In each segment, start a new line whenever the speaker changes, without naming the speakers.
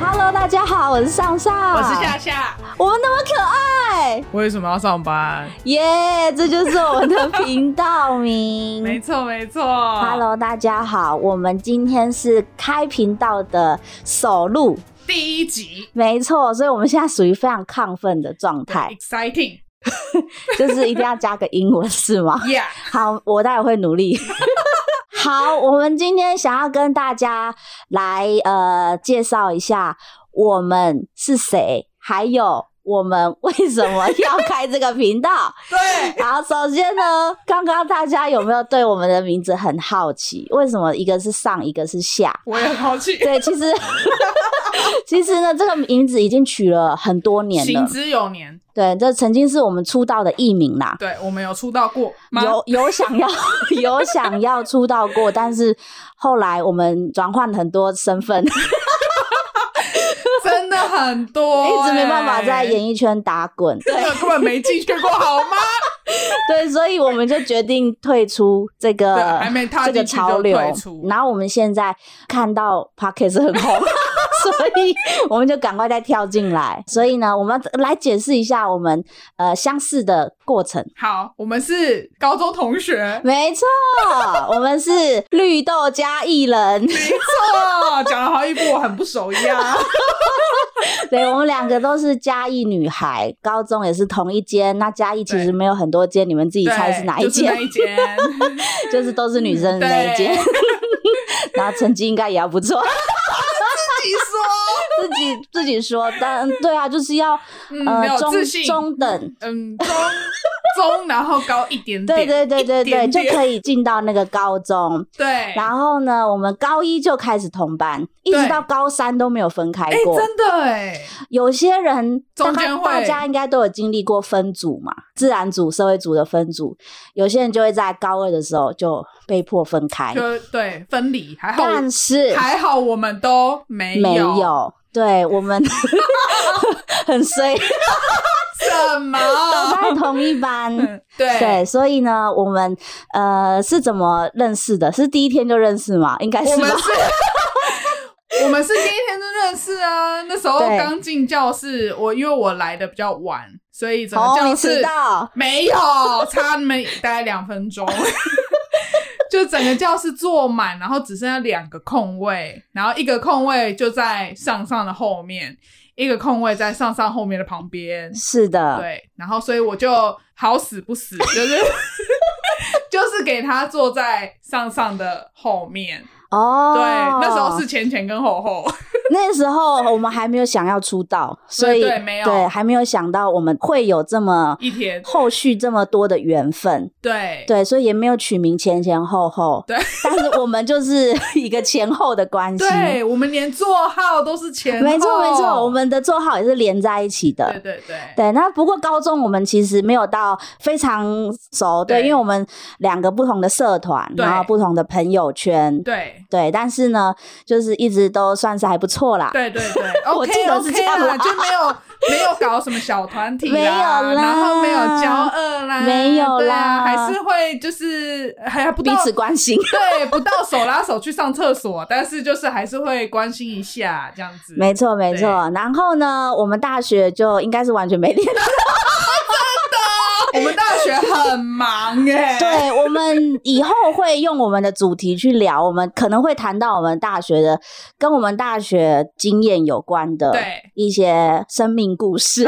Hello，大家好，我是上上，
我是夏夏。
我们那么可爱，
为什么要上班？
耶、这就是我们的频道名。
没错，没错。
嗯 Hello，大家好，我们今天是开频道的首录，
第一集
没错，所以我们现在属于非常亢奋的状态，
，exciting，yeah，
就是一定要加个英文是吗？好，我待会会努力。 好，我们今天想要跟大家来呃介绍一下我们是谁，还有我们为什么要开这个频道。
对，
好，首先呢，刚刚大家有没有对我们的名字很好奇？为什么一个是上，一个是下？
我也很好奇，
对，其实其实呢，这个名字已经取了很多年
行
了。
之有年，
对，这曾经是我们出道的艺名啦。
对我们有出道过吗？
有有想要 有想要出道过，但是后来我们转换很多身份， 一
真的很 多、
直没办法在
艺，
演艺圈打滚。
这个根本没进去过，好 吗？
对，所以我们就决定退出这
对
个
还没踏
呃这个
进去
潮
就
流
退出。
然后我们现在看到 Pocket 是很红， 所以我们就赶快再跳进来。所以呢，我们来解释一下我们呃相似的过程。
好，我们是高中 同学，
没错，我们是绿豆加薏仁。
没错，讲的好像一副我很不熟一样。
对，我们两个都是嘉义女孩，高中也是同一间。那嘉义其实没有很多 间，你们自己
你
猜是哪一间？
那一间，
就是、都是女生的那一间
对。
然后成绩应该也要不错，
自己说，
自己自己说。但对啊，就是要
嗯，没
呃
有
中
自信，
中等，
嗯，中中，然后高一点
对
点，
对对对对，
一点
就
点
可以进到那个高中。
对，
然后呢，我们高一就开始同班，一直
对
到高三都没有分开
哎、
过。
真的哎，
有些人大
中
概
间会
大家应该都有经历过分组嘛，自然组、社会组的分组，有些人就会在高二的时候就被迫分开，
就对分离，还好
哎但是
还好我们都没
没
有
有。对我 们 很衰，
什么，
都在同一班
嗯。对
对，所以呢，我们呃是怎么认识的？是第一天就认识吗？应该
我
是
们
吧。
是。我们是 第一天就认识啊，那时候
对
刚进教室，我因为我来的比较晚，所以整个
哦，
教
你
室、
迟到，
没有，差你们大概两分钟， 就整个教室坐满，然后只剩下两个空位，然后一个空位就在上上的后面，一个空位在上上后面的旁边。
是的，
对，然后所以我就好死不死，就是 就是给他坐在上上的后面。
哦，
对，那时候是前前跟后后，
那时候我们还没有想要出道，所以
对没有
对还没有想到我们会有这么
一天
后续这么多的缘分，
对
对，所以也没有取名前前后后，
对，
但是我们就是一个前后的关系，
对，我们连座号都是前后，
没错没错，我们的座号也是连在一起的，
对对对
对，那不过高中我们其实没有到非常熟，对，因
对
为我们两个不同的社团，
对
然后不同的朋友圈，
对。
对，但是呢，就是一直都算是还不错啦。
对对对 ，OK
我记得是这样
OK
啦
啦，就没有没有搞什么小团体啦，啊
没有啦
然后没有骄傲啦，
没有啦
对啊，还是会就是还还不
彼
到
此关心，
对不到手拉手去上厕所，但是就是还是会关心一下这样子。
没错没错。然后呢，我们大学就应该是完全没联络。
我们大学很忙 哎、
对我们以后会用我们的主题去聊，我们可能会谈到我们大学的跟我们大学经验有关的
对
一些生命故 事，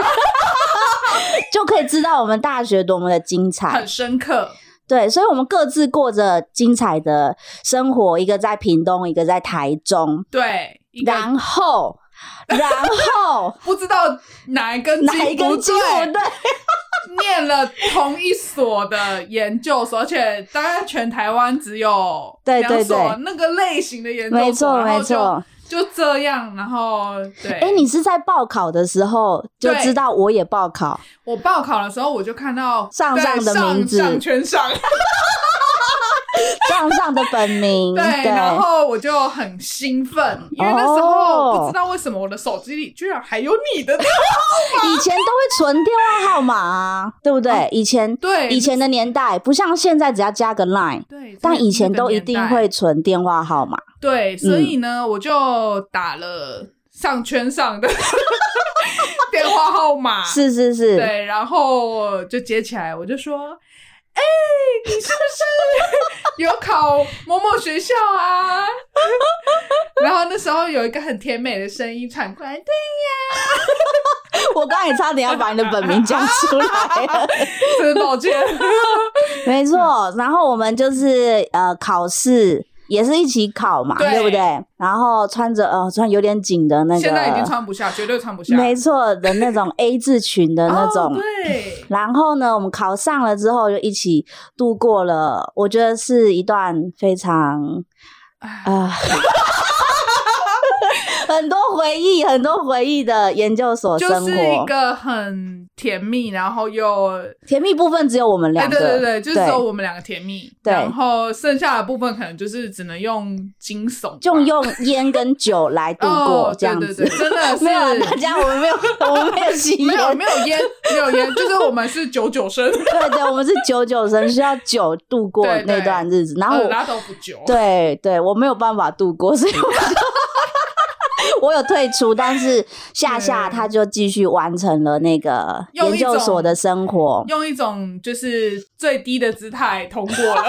就可以知道我们大学多么的精彩
很。深刻，
对，所以我们各自过着精彩的生活，一个在屏东，一个在台中，
对，一个
然后。然 后
不知道哪一根
哪一
不
根筋
对
不对？
念了同一所的研究所，而且大概全台湾只有
对对
两所
对
那个类型的研究所，
没错
然后
没错。
就，就这样，然后对，
哎、你是在报考的时候就
对
知道我也报考，
我报考的时候我就看到
上
对
上的名字嗯
上上圈上，
账上的本名，
对，然后我就很兴奋，因为那时
哦
候不知道为什么我的手机里居然还有 你的，
以前都会存电话号码、啊，对不对？以前
哦对
以前的年代不像现在，只要加个 Line，
对，
但以前都一定嗯
那个年代
会存电话号码。
对，所以呢，我就打了。上圈上的 电话号码，
是是是，
对，然后就接起来，我就说。哎、你是 不是有考某某学校啊？ 然后那时候有一个很甜美的声音传过来，对
我刚才也差点要把你的本名讲出来 了。
真的抱歉。
没错，然后我们就是呃考试也是一起考嘛，
对
对不对？然后穿着呃穿有点紧的那个，
现在已经穿不下，绝对穿不下。
没错的那 种 A 字裙的那种。
哦、对，
然后呢，我们考上了之后就一起度过了，我觉得是一段非常
哎
啊。 很多回忆，很多回忆的研究所生
就
活，
是一个很甜蜜，然后又
甜蜜部分只有我们
哎，
两个，
对对对，就是只有
对
我们两个甜蜜，
对
然后剩下的部分可能就是只能用惊悚吧，
就用烟跟酒来度过
哦，
这样
对
子
对。对，真的 是
没有啊，大家我们没有， 我们没有吸
没有
烟。
没有 烟，没有烟，就是我们是九九生，
对对，我们是九九生，需要酒度过
对对
那段日子。 然后
呃
我，
拉都不久，
对对，我没有办法度过，所以我就 我有退出，但是夏夏
对
她就继续完成了那个
用
研
一
究所
种
的生活。
用一种就是最低的姿态通过了，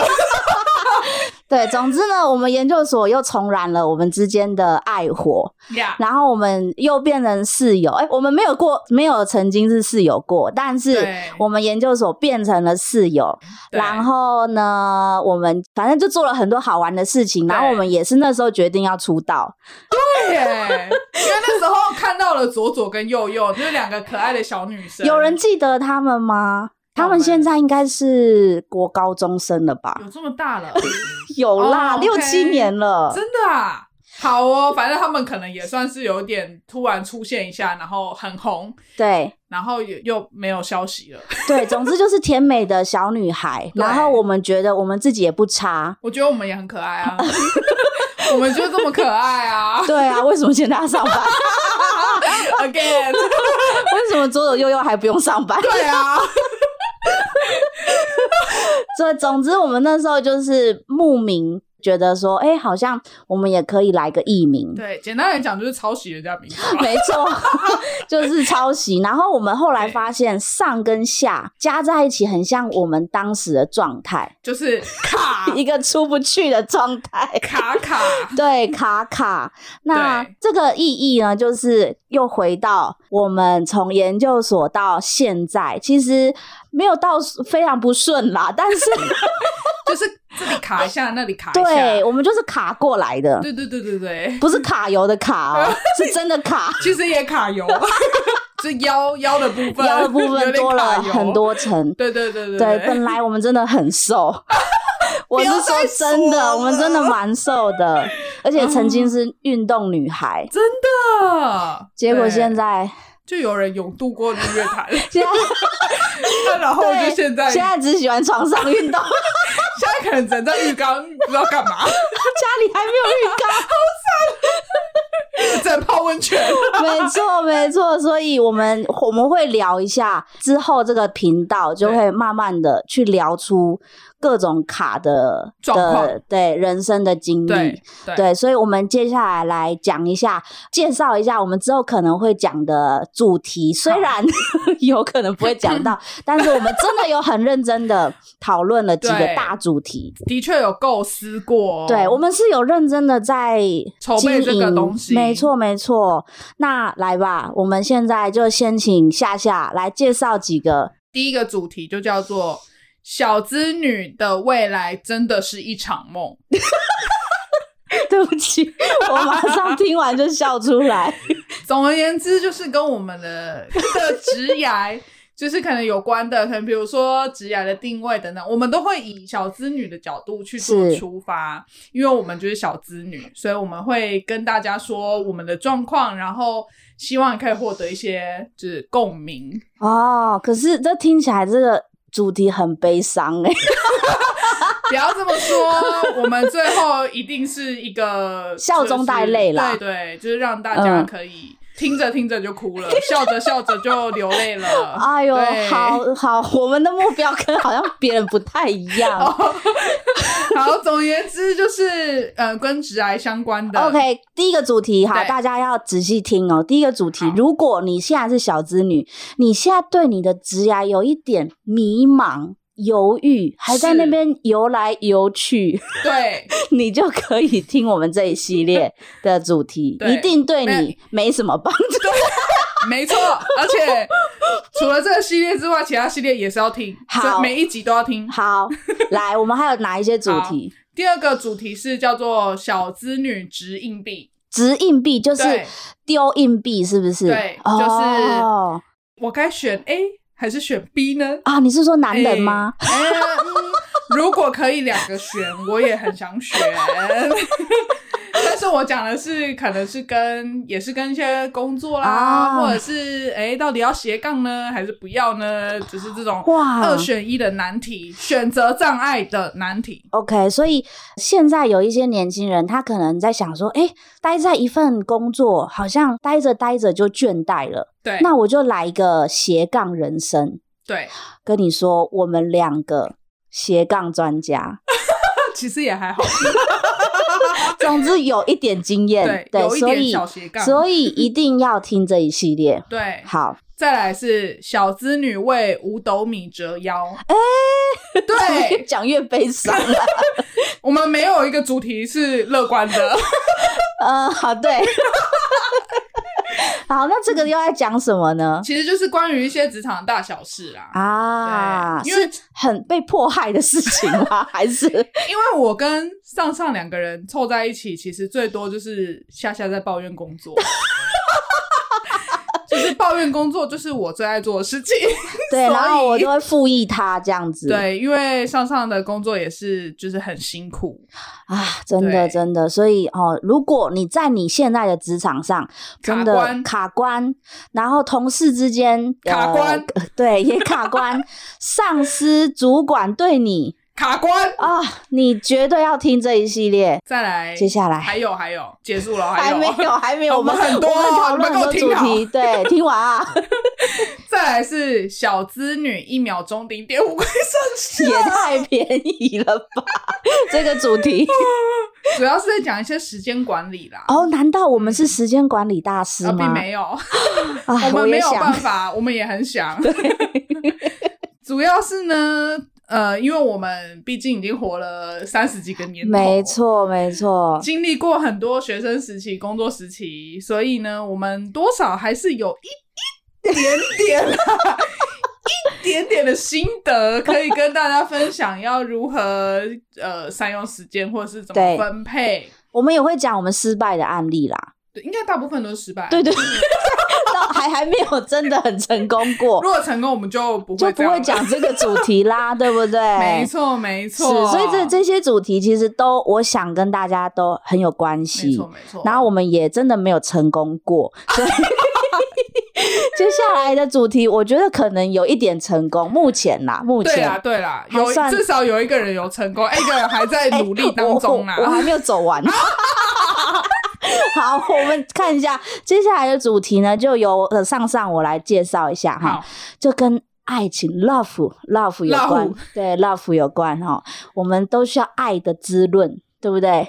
对，总之呢，我们研究所又重燃了我们之间的爱火。
呀，
然后我们又变成室友，哎、我们没有过，没有曾经是室友过，但是
对
我们研究所变成了室友。
对
然后呢，我们反正就做了很多好玩的事情。
对
然后我们也是那时候决定要出道，
对耶，因为那时候看到了左左跟右右，就是两个可爱的小女生，
有人记得他们吗？他
我
们
们
现在应该是国高中生了吧？
有这么大了，
有啦，
嗯哦，OK
六七年了。
真的啊。好哦，反正他们可能也算是有点突然出现一下，然后很红，
对
然后又又没有消息了。
对，总之就是甜美的小女孩。
对
然后我们觉得我们自己也不差。
我觉得我们也很可爱啊， 我们就这么可爱啊。
对啊，为什么现在要上班？
Again，
为什么左左右右还不用上班？
对啊，
所以总之，我们那时候就是慕名，觉得说，哎、好像我们也可以来个艺名，
对，简单来讲就是抄袭人家名字嘛。
没 错，就是抄袭。然后我们后来发现，上跟下加在一起，很像我们当时的状态，
就是卡。
一个出不去的状态
卡卡，
对，卡卡。那
对
这个意义呢，就是又回到我们从研究所到现在，其实没有到非常不顺啦，但 是
就是这里卡一下，那里卡一下。
对我们就是卡过来的。
对对对对对，
不是卡油的卡 哦，是真的卡。
其实也卡油， 这腰腰的部分，
腰的部分
有点
多
卡
了
油
很。多层，
对对对对
对，本来我们真的很 瘦。我是
不要再
说真
说
的，
了嗯
我们真的蛮瘦的，而且曾经是运动女孩，
的
结果现
对 哦
在
就有人勇渡过日月潭，
现在
然后就现在
现在只喜欢床上运动， 家
现在可能只能在浴缸不知道干嘛，
里还没
只能泡温泉。
有浴缸。没错，没错，所以我们我们会聊一下之后这个频道就会慢慢的去聊出各种卡的
状况
的对人生的经历
对。对
对，所以我们接下来来讲一下，介绍一下我们之后可能会讲的主题。虽然 有可能不会讲 到，但是我们真的有很认真的讨论了几个
对
大主题。
的确有构思过哦。
对，我们是有认真的在
筹备这
经
个
营
东西
没错没错。那来吧，我们现在就先请夏夏来介绍几 个。
第一个主题就叫做“小资女的未来真的是一场梦
对不起，我马上听完就笑出来。”。
总而言之，就是跟我们的的职涯。就是可能有关的，可能比如说职涯的定位等等，我们都会以小资女的角度去做
是
出发，因为我们就是小资女，所以我们会跟大家说我们的状况，然后希望可以获得一些就是共鸣。
哦，可是这听起来这个主题很悲伤哎、
不要这么说，我们最后一定是一个
笑中带泪啦
就是对对，就是让大家可以听着听着就哭了，笑着笑着就流泪了。
嗯 哎呦
对，
好好，我们的目标跟好像别人不太一样。
哦 好，总而言之就是，呃，跟直癌相关的。
OK，第一个主题，好，
对
大家要仔细听哦。第一个主题
好，
如果你现在是小资女，你现在对你的职涯有一点迷茫、犹豫，还在那
是
边游来游去，
对，
你就可以听我们这一系 列的主题，
对
一定对
没
你没什么帮 助。
没错。而且除了这个系列之外，其他系列也是要听，
好
这每一集都要听。
好，来，我们还有哪一些主
好
题？
第二个主题是叫做“小资女值硬币
掷硬币就”，是
对
丢硬币，是不是？
对就是
哦
我该选 A 还是选 B 呢？
啊，你是说男人吗？
哎？哎呀嗯 如果可以两个选，我也很想选。 但是我讲的是，可能是跟也是跟一些工作啦，
啊
或者是哎、到底要斜杠呢，还是不要呢？只是这种
哇
二选一的难题，选择障碍的难题。
OK，所以现在有一些年轻人，他可能在想说，哎、待在一份工作，好像待着待着就倦怠了，
对，
那我就来一个斜杠人生。
对，
跟你说，我们两个斜杠专 家，
其实也还好，
总之有一点经验，
对，有一
所
点
以
小斜杠。
所以一定要听这一系 列。
对，
好，
再来是小资女为五斗米折腰。哎、对
越，讲越悲 伤了。
我们没有一个主题是乐观的。
嗯，好，对。 好，那这个又在讲什么呢？
其实就是关于一些职场大小事啦。
啊，
对因为
是很被迫害的事情 吗？还是
因为我跟上上两个人凑在一起，其实最多就是夏夏在抱怨工 作，就是抱怨工作，就是我最爱做的事情。
对？
所以
然后我就会附议他这样子。
对，因为上上的工作也是就是很辛苦，
啊，真的
对
真的，所以哦，如果你在你现在的职场上真的
卡关
卡关，然后同事之间
卡关，
呃对，也卡关，上司主管对你
卡关。
啊，你绝对要听这一系列。
再来，
接下来
哎还有还有，结束了，
还
有
没有，还没有，
我们很多
我们讨
你
论
们给我
很多主
听好
题，对，听完 啊。
再来是小资女一秒钟零点五块上市，
也太便宜了吧！ 这个主题
主要是在讲一些时间管理啦。
哦，难道我们是时间管理大师
啊，并
吗？
没有，
啊，
我们
我
没
也
有办
想
法，我们也很想。 主要是呢，呃，因为我们毕竟已经活了三十几个年头，
没，错，没错，
经历过很多学生时期、工作时期，所以呢，我们多少还是有一一点点啦。 一点点的心得可以跟大家分享，要如何呃善用时间，或者是怎么
对
分配。
我们也会讲我们失败的案例啦。
对，应该大部分都是失败。
对 对，到还还没有真的很成功过
如，果成 功，我们就不会
就不
这样
会
了
讲这个主题 啦，对不对？
没。错，没
是，
错。
所以这这些主题其实都，我想跟大家都很有关系。
没错没错。
然后我们也真的没有成功过，所以 接下来的主题，我觉得可能有一点成功，目前啦，目
对啊
前
啦。对啦，
还
有
算
至少有一个人有 成功，哎一个人还在
哎
努力当中啊
我。
啦
我我还没有走 完。好，我们看一下接下来的主题呢，就由呃上上我来介绍一下哈
好，，
就跟爱情 love love 有关
Love，
对 love 有关哈，我们都需要爱的滋润，对不对？
哎，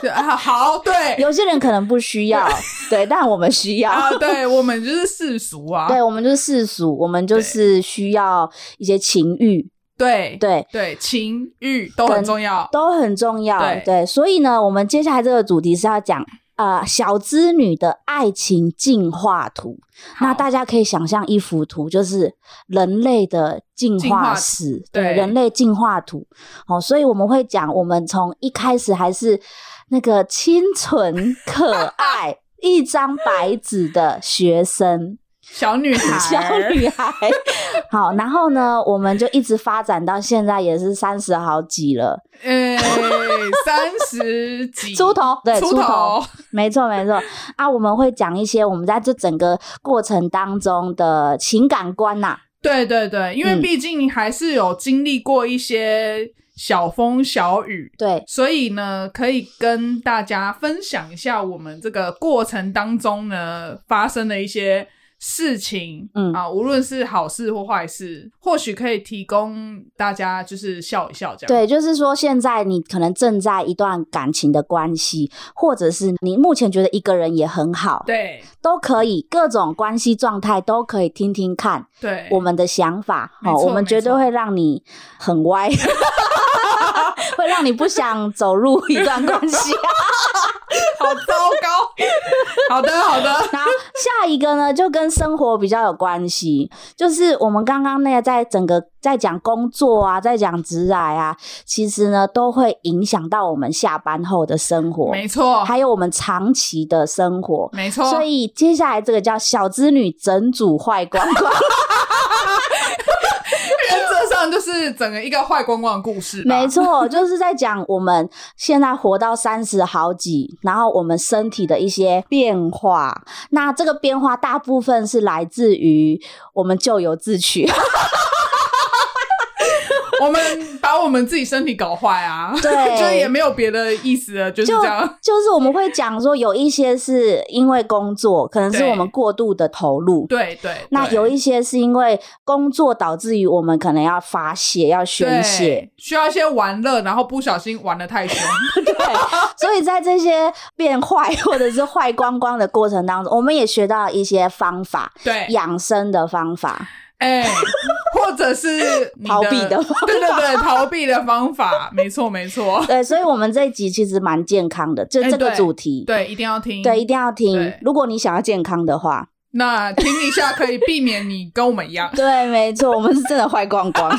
对，啊好，对，
有些人可能不需要，对，但我们需 要。
啊，对，我们就是世俗啊，
对，我们就是世俗，我们就是需要一些情欲，
对
对，
对，情欲都很重要，
都很重要，
对
所以呢，我们接下来这个主题是要讲。呃，小资女的爱情进化图，那
好
大家可以想象一幅图，就是人类的进
进化
化
图
史，
对
人类进化图。哦，所以我们会讲，我们从一开始还是那个清纯 可爱、一张白纸的学生，
小女孩，
小女孩。好，然后呢，我们就一直发展到现在，也是三十好几了，
哎，三十几
出头，对，出
出
头，
头，
没错没错。啊，我们会讲一些我们在这整个过程当中的情感观呐、
对对对，因为
嗯
毕竟还是有经历过一些小风小雨，
对，
所以呢，可以跟大家分享一下我们这个过程当中呢发生的一些事情，
嗯
啊，无论是好事或坏事，或许可以提供大家就是笑一笑这样。
对，就是说现在你可能正在一段感情的关系，或者是你目前觉得一个人也很好，
对
都可以，各种关系状态都可以听听看
对，
我们的想法，
没
哦，
错
我们绝对
没错
会让你很歪。 会让你不想走入一段关系、
好糟糕。好的好的，
然后下一个呢，就跟生活比较有关系，就是我们刚刚那个在整个在讲工作啊，在讲职涯啊，其实呢都会影响到我们下班后的生活，
没错
还有我们长期的生活。
没错，
所以接下来这个叫小织女整组坏光光，
原则上就是整个一个坏光光的故事吧。
没错，就是在讲我们现在活到三十好几，然后我们身体的一些变化。那这个变化大部分是来自于我们咎由自 取，
我们把我们自己身体搞坏啊，
对
就也没有别的意思了，就是
就
这样。
就是我们会讲说有一些是因为工作，可能是
对
我们过度的投入。
对对，
那
对
有一些是因为工作导致于我们可能要发泄、要宣泄，
对需要一些玩乐，然后不小心玩的 太凶。
对，所以在这些变坏或者是坏光光的过程当中，我们也学到一些方法，
对，
养生的方法，
哎、或 者是你
逃避的方
对对对，逃避的方法，没错没错，
对，所以我们这一集其实蛮健康的，就
哎
这个
对
主题，
对，一定要听。
对一，定要听
对。
如果你想要健康的话，
那听一下可以避免你跟我们一样。
对，没错，我们是真的坏光 光。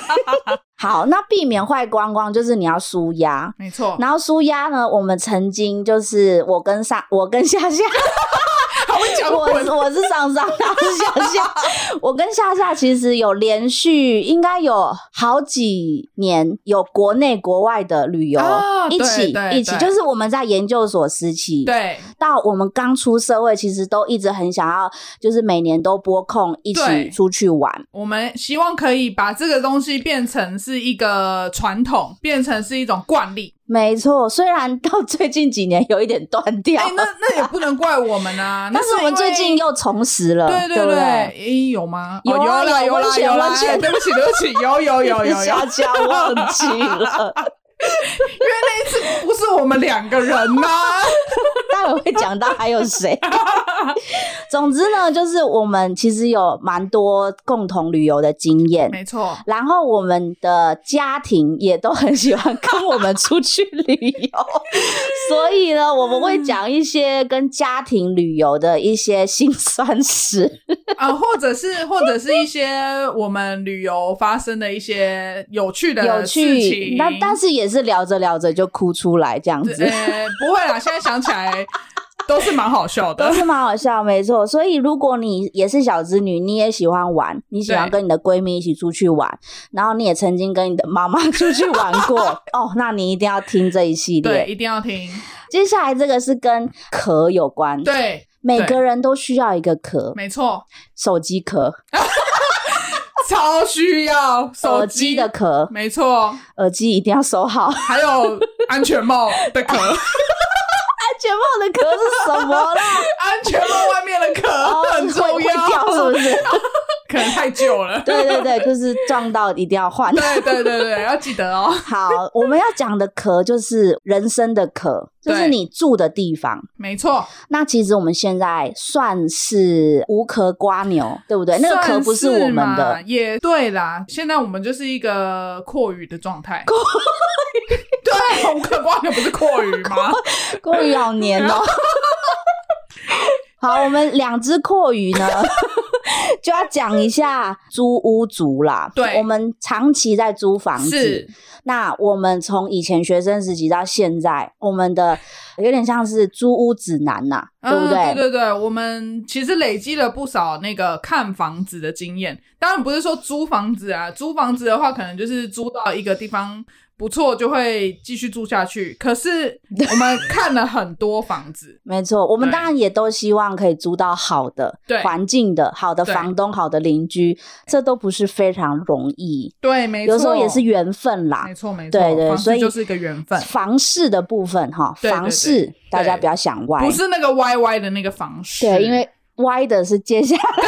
好，那避免坏光光就是你要舒压。
没错，
然后舒压呢，我们曾经就是我跟上，我跟夏夏，
好会讲
我
滚
是我是上上， 他是夏夏。我跟夏夏其实有连续应该有好几年有国内国外的旅游、
啊
一
对
起
对
一起，
对
就是我们在研究所时期，
对
到我们刚出社会，其实都一直很想要，就是每年都拨空一
对
起出去玩。
我们希望可以把这个东西变成是一个传统，变成是一种惯例。
没错，虽然到最近几年有一点断掉，
哎、那那也不能怪我们啊。那
但是我们
因为
最近又重拾了，
对
不
对，哎
对？、
有吗？
有
哦、
啊
啦
有
有
温
啦
泉
有啦
温泉
哎对不起对不 起，有有有有 有，因
下家忘记了，
为那一次不是我们两个人吗？
待会会讲到还有谁。总之呢，就是我们其实有蛮多共同旅游的经验，
没错，
然后我们的家庭也都很喜欢跟我们出去旅游，所以呢，我们
嗯
会讲一些跟家庭旅游的一些辛酸史。
啊、或者是或者是一些我们旅游发生的一些有趣
有
的事
趣
情。，
那但是也是聊着聊着就哭出来这样子。
呃，不会啦，现在想起来都是蛮好笑的
都。是蛮好笑，没错。所以如果你也是小织女，你也喜欢玩，你喜欢
对
跟你的闺蜜一起出去玩，然后你也曾经跟你的妈 妈出去玩 过哦，那你一定要听这一系
对，
列。
一定要听。
接下来这个是跟壳有关，
对，
每
对
个人都需要一个壳，
没错，
手机壳、
超需要手
耳机的，壳，
没错，
耳机一定要收好。
还有安全帽的壳，
安全帽的壳是什么啦？
安全帽外面的壳
哦，
很
会
重
会掉是
要，
不是？
可能太旧 了。
对对对，就是撞到一定要换。
对对对对，要记得哦。
好，我们要讲的壳就是人生的壳，就是
对
你住的地方。
没错，
那其实我们现在算是无壳瓜牛，对不对？那个壳不是
算
我们
嘛
的，
也对啦。现在我们就是一个阔鱼的状 态。阔鱼，对，红壳瓜牛不是阔鱼吗？
过于好黏 哦。好，我们两只阔鱼呢，就要讲一下租屋族啦。
对
我们长期在租房子
是。，
那我们从以前学生时期到现在，我们的有点像是租屋指南呐、对不，
嗯，对对对，我们其实累积了不少那个看房子的经验。当然不是说租房子啊，租房子的话，可能就是租到一个地方不错，就会继续住下去。可是我们看了很多房子
没错，我们当然也都希望可以租到好的
对
环境的、好的
对
房东、好的邻居，这都不是非常容易，
对，没错，
有时候也是缘分啦
没。错，没错，
对对，
房子
所以
就是一个缘分，
房市的部分哈，
对对对
房市大家
对
不要想歪，
不是那个 Y Y 的那个房式。
对，因为歪的是接下来这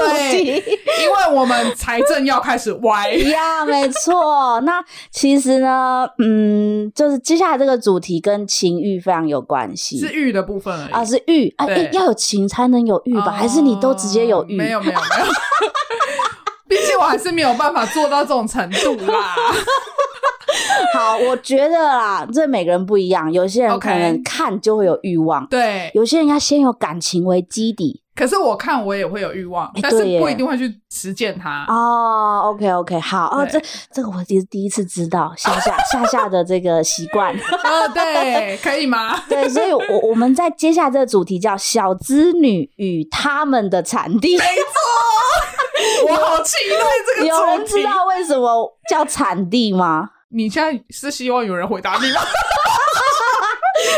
个主
对
题。
因为我们财政要开始 歪，
呀，没错。那其实呢，嗯，就是接下来这个主题跟情欲非常有关系。
是欲的部分而已。
啊，是欲啊，
对
诶要有情才能有欲吧？还是你都直接有欲？
哦没有没有没有， 毕竟我还是没有办法做到这种程度啦。
好，我觉得啦，这每个人不一样，有些人
OK
可能看就会有欲望
对，
有些人要先有感情为基底。
可是我看我也会有欲望
哎，
但是
对耶
不一定会去实践它。
哦，OK OK，好哦，这
对
这个我第第一次知道夏夏夏夏的这个习 惯。
呃，对，可以吗？
对，所以我我们在接下来这个主题叫“小资女与他们的产 地”。
我好期待这
有
个
人
主
知
题。
道为什么叫产地 吗？
你现在是希望有人回答你吗？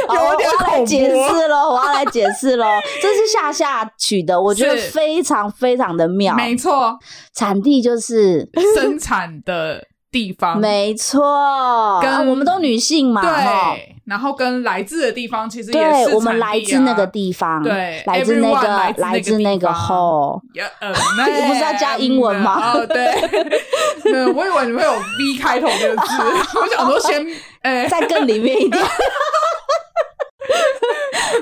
好
有
哦我
点
要来
恐
解
怖
释喽，我要来解释喽。这是夏夏取的，我觉得
是
非常非常的妙。
没错，
产地就是
生产的地方，
没错，
啊跟
啊我们都女性嘛，齁
对，然后跟来自的地方其实也是产
对，
地
我们来自那个
啊。
地方，
对
来自那
everyone
个来
来
自
自
那
那个
个
地方
后，
Yeah, 呃
你不是要加英文吗
哦，对，嗯我以为你会有 V 开头这个 字，我想说先，哎，
再更里面一点。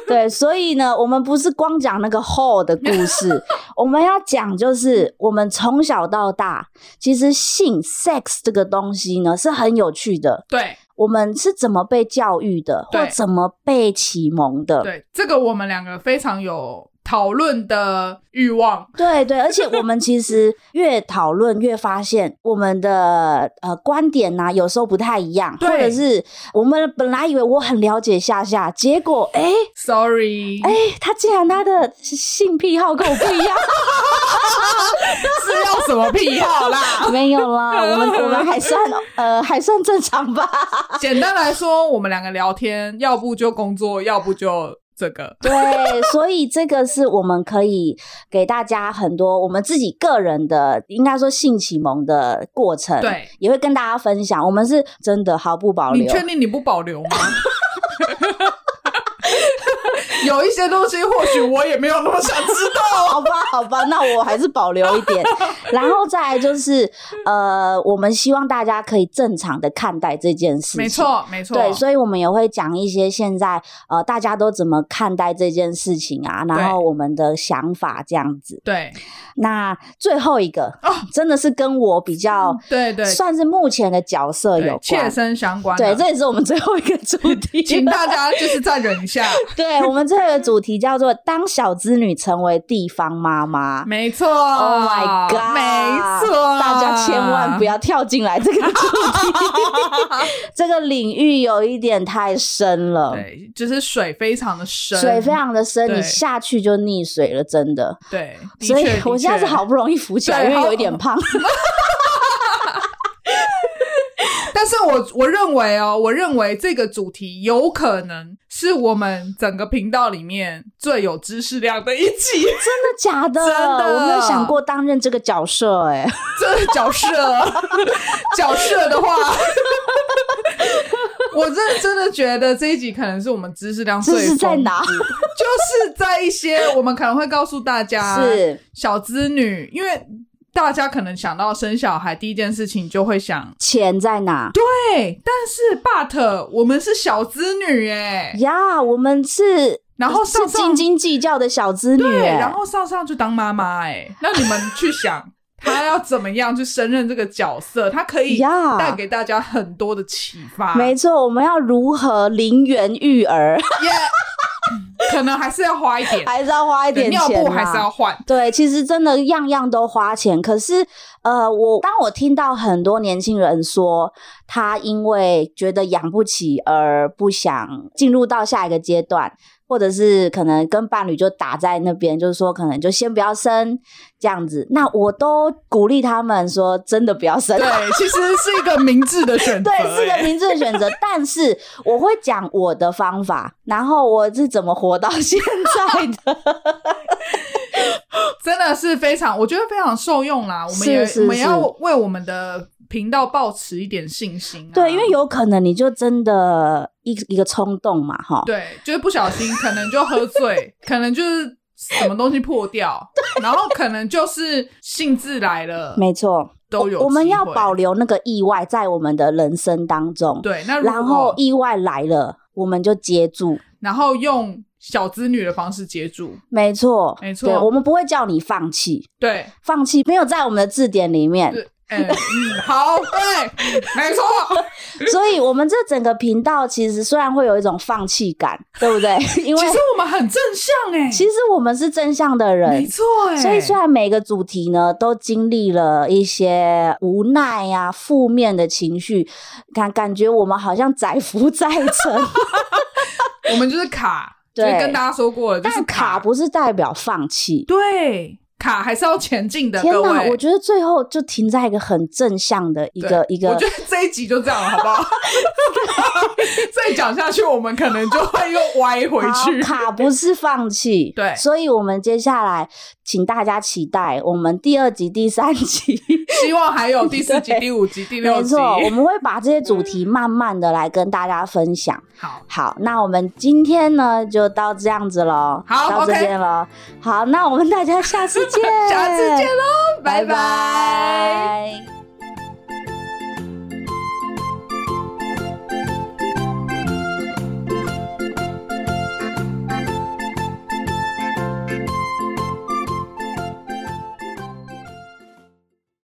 对，所以呢，我们不是光讲那个后的故 事，我们要讲就是我们从小到大，其实性 sex 这个东西呢是很有趣的，
对
我们是怎么被教育的，或
对
怎么被启蒙的。
对，这个我们两个非常有讨论的欲望，
对对，而且我们其实越讨论越发现我们的呃观点呐、有时候不太一样，或
对
者是我们本来以为我很了解夏夏，结果哎、
Sorry，
哎、他竟然他的性癖好跟我不一 样，
是要什么癖好啦？
没有 啦，我们我们还算呃还算正常吧。
简单来说，我们两个聊天，要不就工作，要不就这个。
对，所以这个是我们可以给大家很多我们自己个人的，应该说性启蒙的过程，
对，
也会跟大家分享。我们是真的毫不保
你
留，
确定你不保留吗？ 有一些东西，或许我也没有那么想知 道。
好吧，好吧，那我还是保留一点。 然后再来就是呃，我们希望大家可以正常的看待这件事情，
没错，没错，
对，所以我们也会讲一些现在呃大家都怎么看待这件事情啊，然后我们的想法这样子。
对
那最后一个、
哦
真的是跟我比较
对对，
算是目前的角色
对
有
切
关。
身相关啊
对，
的。
这也是我们最后一个主 题
请。大家就是再忍 一下，
对我们这个主题叫做“当小资女成为地方妈妈
没错
”，Oh my god！
没错，
大家千万不要跳进来这个 主题，这个领域有一点太深了。
对，就是水非常的深，
水非常的深，
对
你下去就溺水了，真的。
对，的
所以
确
我现在是，好
的
不容易浮起来，
对
因为
好
有一点胖。
确但是我我认为哦，我认为这个主题有可能是我们整个频道里面最有知识量的一集，
真的假的？
真的
我没有想过担任这个角色、哎，
这角色， 角色的话， 我真的真的觉得这一集可能是我们知识量最
这是在
丰
哪？
就是在一些我们可能会告诉大 家，
是
小资女，因为大家可能想到生小孩第一件事情就会想，
钱在哪？
对，但是 but 我们是小资女哎、
呀我们是，
然后
是
上
斤
上
斤计较的小资女、
对，
哎
然后上上就当妈妈哎、那你们去 想。她要怎么样去胜任这个角色？她可以
呀
带给大家很多的启发。
没错，我们要如何零元育儿，
耶，可能还是要花一点，
还是要花一点
尿
钱
布
啦
还是要换。
对，其实真的样样都花钱，可是呃，我当我听到很多年轻人说，他因为觉得养不起而不想进入到下一个阶段，或者是可能跟伴侣就打在那边，就是说可能就先不要生这样子。那我都鼓励他们说，真的不要生。
对，其实是一个明智的选择、
对，是个
哎
明智的选择，但是我会讲我的方法，然后我是怎么活到现在的。
真的是非常，我觉得非常受用啦。我们
是
也
是
我们也
是
要为我们的频道保持一点信心、啊。
对，因为有可能你就真的一一个冲动嘛，哈。
对，就是不小心可能就 喝醉，可能就是什么东西破掉，然后可能就是兴致来了，
没错，
都有
我我们
机
要
会
保留那个意外在我们的人生当中。，
对。那如果
然后意外来了，我们就接住。
然后用小子女的方式接住，
没错，
没错
对我们不会叫你放弃，
对，
放弃没有在我们的字典里面。
对，嗯，嗯 好，对，嗯没错，
所以，我们这整个频道其实虽然会有一种放弃感，对不 对？ 因为
其实我们很正向哎、
其实我们是正向的
没
人，
错哎、
所以虽然每个主题呢都经历了一些无奈呀、负面的情绪，感感觉我们好像载浮载 沉，
我们就是卡，就
对
是跟大家说过了，就是
但卡不是代表放弃。
对，卡还是要前进的，
天
各
哪，
位。
我觉得最后就停在一个很正向的一
对
个一
我
个
觉，得这一集就这样了，好 不好？再讲下去，我们可能就会又歪回
好
去。
卡不是放弃，
对
所以我们接下来请大家期待我们第二集、第三集。
希望还有第四 集、
对
第五集、第六
没
集。
错，我们会把这些主题慢慢的来跟大家分享。
好，
好，那我们今天呢就到这样子喽，
好
到这
OK
边喽。
，
好，那我们大家下次见
下次见喽，拜
拜
拜
拜